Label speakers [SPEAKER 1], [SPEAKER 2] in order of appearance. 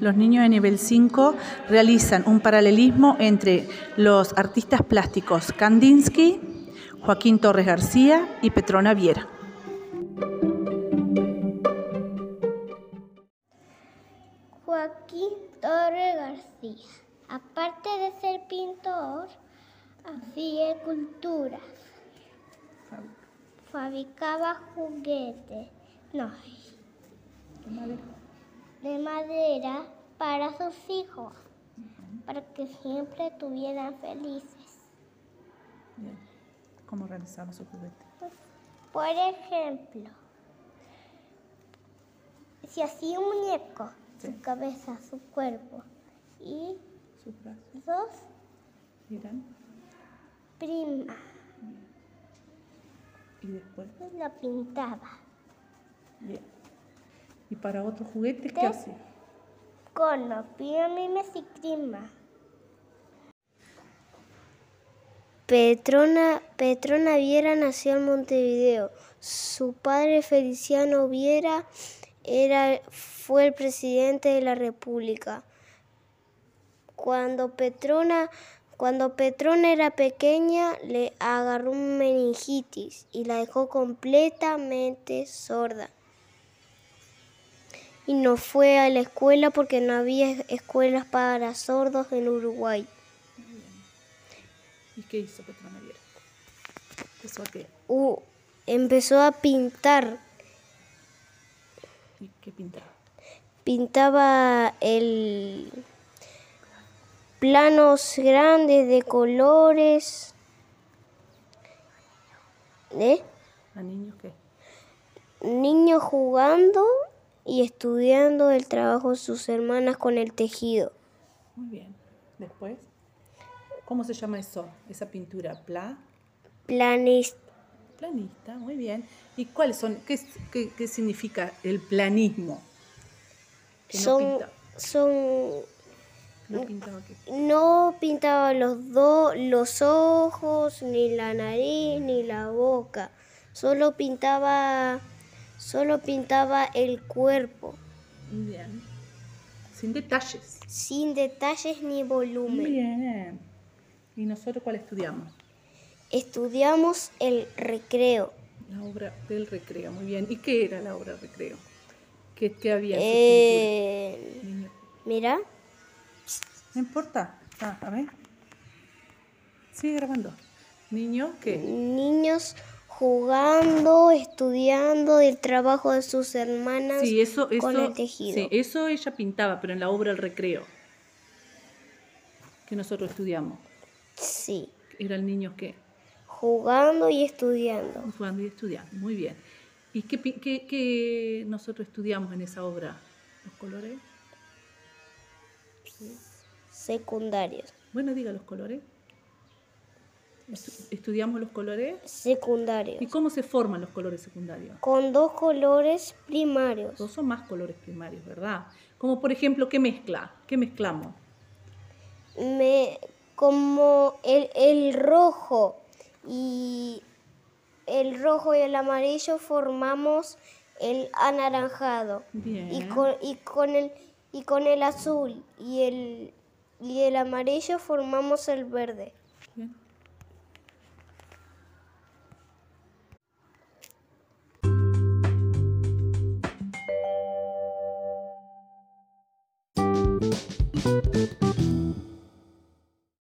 [SPEAKER 1] Los niños de nivel 5 realizan un paralelismo entre los artistas plásticos Kandinsky, Joaquín Torres García y Petrona Viera.
[SPEAKER 2] Joaquín Torres García. Aparte de ser pintor, hacía culturas. Fabricaba juguetes. No. De madera para sus hijos, para que siempre estuvieran felices.
[SPEAKER 1] ¿Cómo realizaban su juguete?
[SPEAKER 2] Por ejemplo, si hacía un muñeco,
[SPEAKER 1] Sí.
[SPEAKER 2] su cabeza, su cuerpo y
[SPEAKER 1] Sus brazos
[SPEAKER 2] dos
[SPEAKER 1] eran
[SPEAKER 2] primas,
[SPEAKER 1] y después.
[SPEAKER 2] pues lo pintaba
[SPEAKER 1] Bien. ¿Y para otros juguetes
[SPEAKER 2] Sí.
[SPEAKER 1] qué hacía?
[SPEAKER 2] con los pirámides y clima.
[SPEAKER 3] Petrona, Petrona Viera nació en Montevideo. Su padre Feliciano Viera era, fue el presidente de la República. Cuando Petrona, cuando Petrona era pequeña, le agarró un meningitis y la dejó completamente sorda. Y no fue a la escuela porque no había escuelas para sordos en Uruguay.
[SPEAKER 1] ¿Y qué hizo Petrona Viera? ¿Empezó a qué?
[SPEAKER 3] Uh, empezó a pintar.
[SPEAKER 1] ¿Y qué pintaba?
[SPEAKER 3] Pintaba el planos grandes de colores. ¿Eh?
[SPEAKER 1] ¿A niños qué?
[SPEAKER 3] Niños jugando y estudiando el trabajo de sus hermanas con el tejido.
[SPEAKER 1] Muy bien. Después, ¿cómo se llama eso? Esa pintura, pla,
[SPEAKER 3] Planes.
[SPEAKER 1] planista, muy bien. ¿Y cuáles son? ¿Qué, es- qué- qué significa el planismo? Que no
[SPEAKER 3] Son,
[SPEAKER 1] pinta-
[SPEAKER 3] son
[SPEAKER 1] no pintaba qué.
[SPEAKER 3] No pintaba los dos, los ojos, ni la nariz, ni la boca. Solo pintaba, solo pintaba el cuerpo,
[SPEAKER 1] Muy bien. Sin detalles.
[SPEAKER 3] sin detalles ni
[SPEAKER 1] Muy
[SPEAKER 3] volumen.
[SPEAKER 1] bien. ¿Y nosotros cuál estudiamos?
[SPEAKER 3] Estudiamos el recreo.
[SPEAKER 1] La obra del recreo, muy bien. ¿Y qué era la obra del recreo? ¿Qué, qué había en su
[SPEAKER 3] Eh,
[SPEAKER 1] pintura? Niño.
[SPEAKER 3] mira,
[SPEAKER 1] No importa. Ah, a ver. Sigue grabando. Niño,
[SPEAKER 3] Uh,
[SPEAKER 1] ¿qué?
[SPEAKER 3] niños jugando, estudiando el trabajo de sus hermanas.
[SPEAKER 1] Sí, eso, eso,
[SPEAKER 3] con el tejido.
[SPEAKER 1] sí, eso ella pintaba, pero en la obra del recreo que nosotros estudiamos.
[SPEAKER 3] sí,
[SPEAKER 1] Era el niño que
[SPEAKER 3] jugando y estudiando.
[SPEAKER 1] jugando y estudiando. Muy bien. ¿Y qué, pi- qué- qué nosotros estudiamos en esa obra? ¿Los colores?
[SPEAKER 3] Secundarios.
[SPEAKER 1] Bueno, diga los colores. Estu- ¿Estudiamos los colores?
[SPEAKER 3] Secundarios.
[SPEAKER 1] ¿Y cómo se forman los colores secundarios?
[SPEAKER 3] con dos colores primarios.
[SPEAKER 1] Dos son más colores primarios, ¿verdad? Como por ejemplo, ¿qué mezcla? ¿Qué mezclamos?
[SPEAKER 3] Me, como el, el rojo y el rojo y el amarillo formamos el anaranjado.
[SPEAKER 1] Bien.
[SPEAKER 3] Y con, y con el y con el azul y el y el amarillo formamos el verde.
[SPEAKER 1] Bien.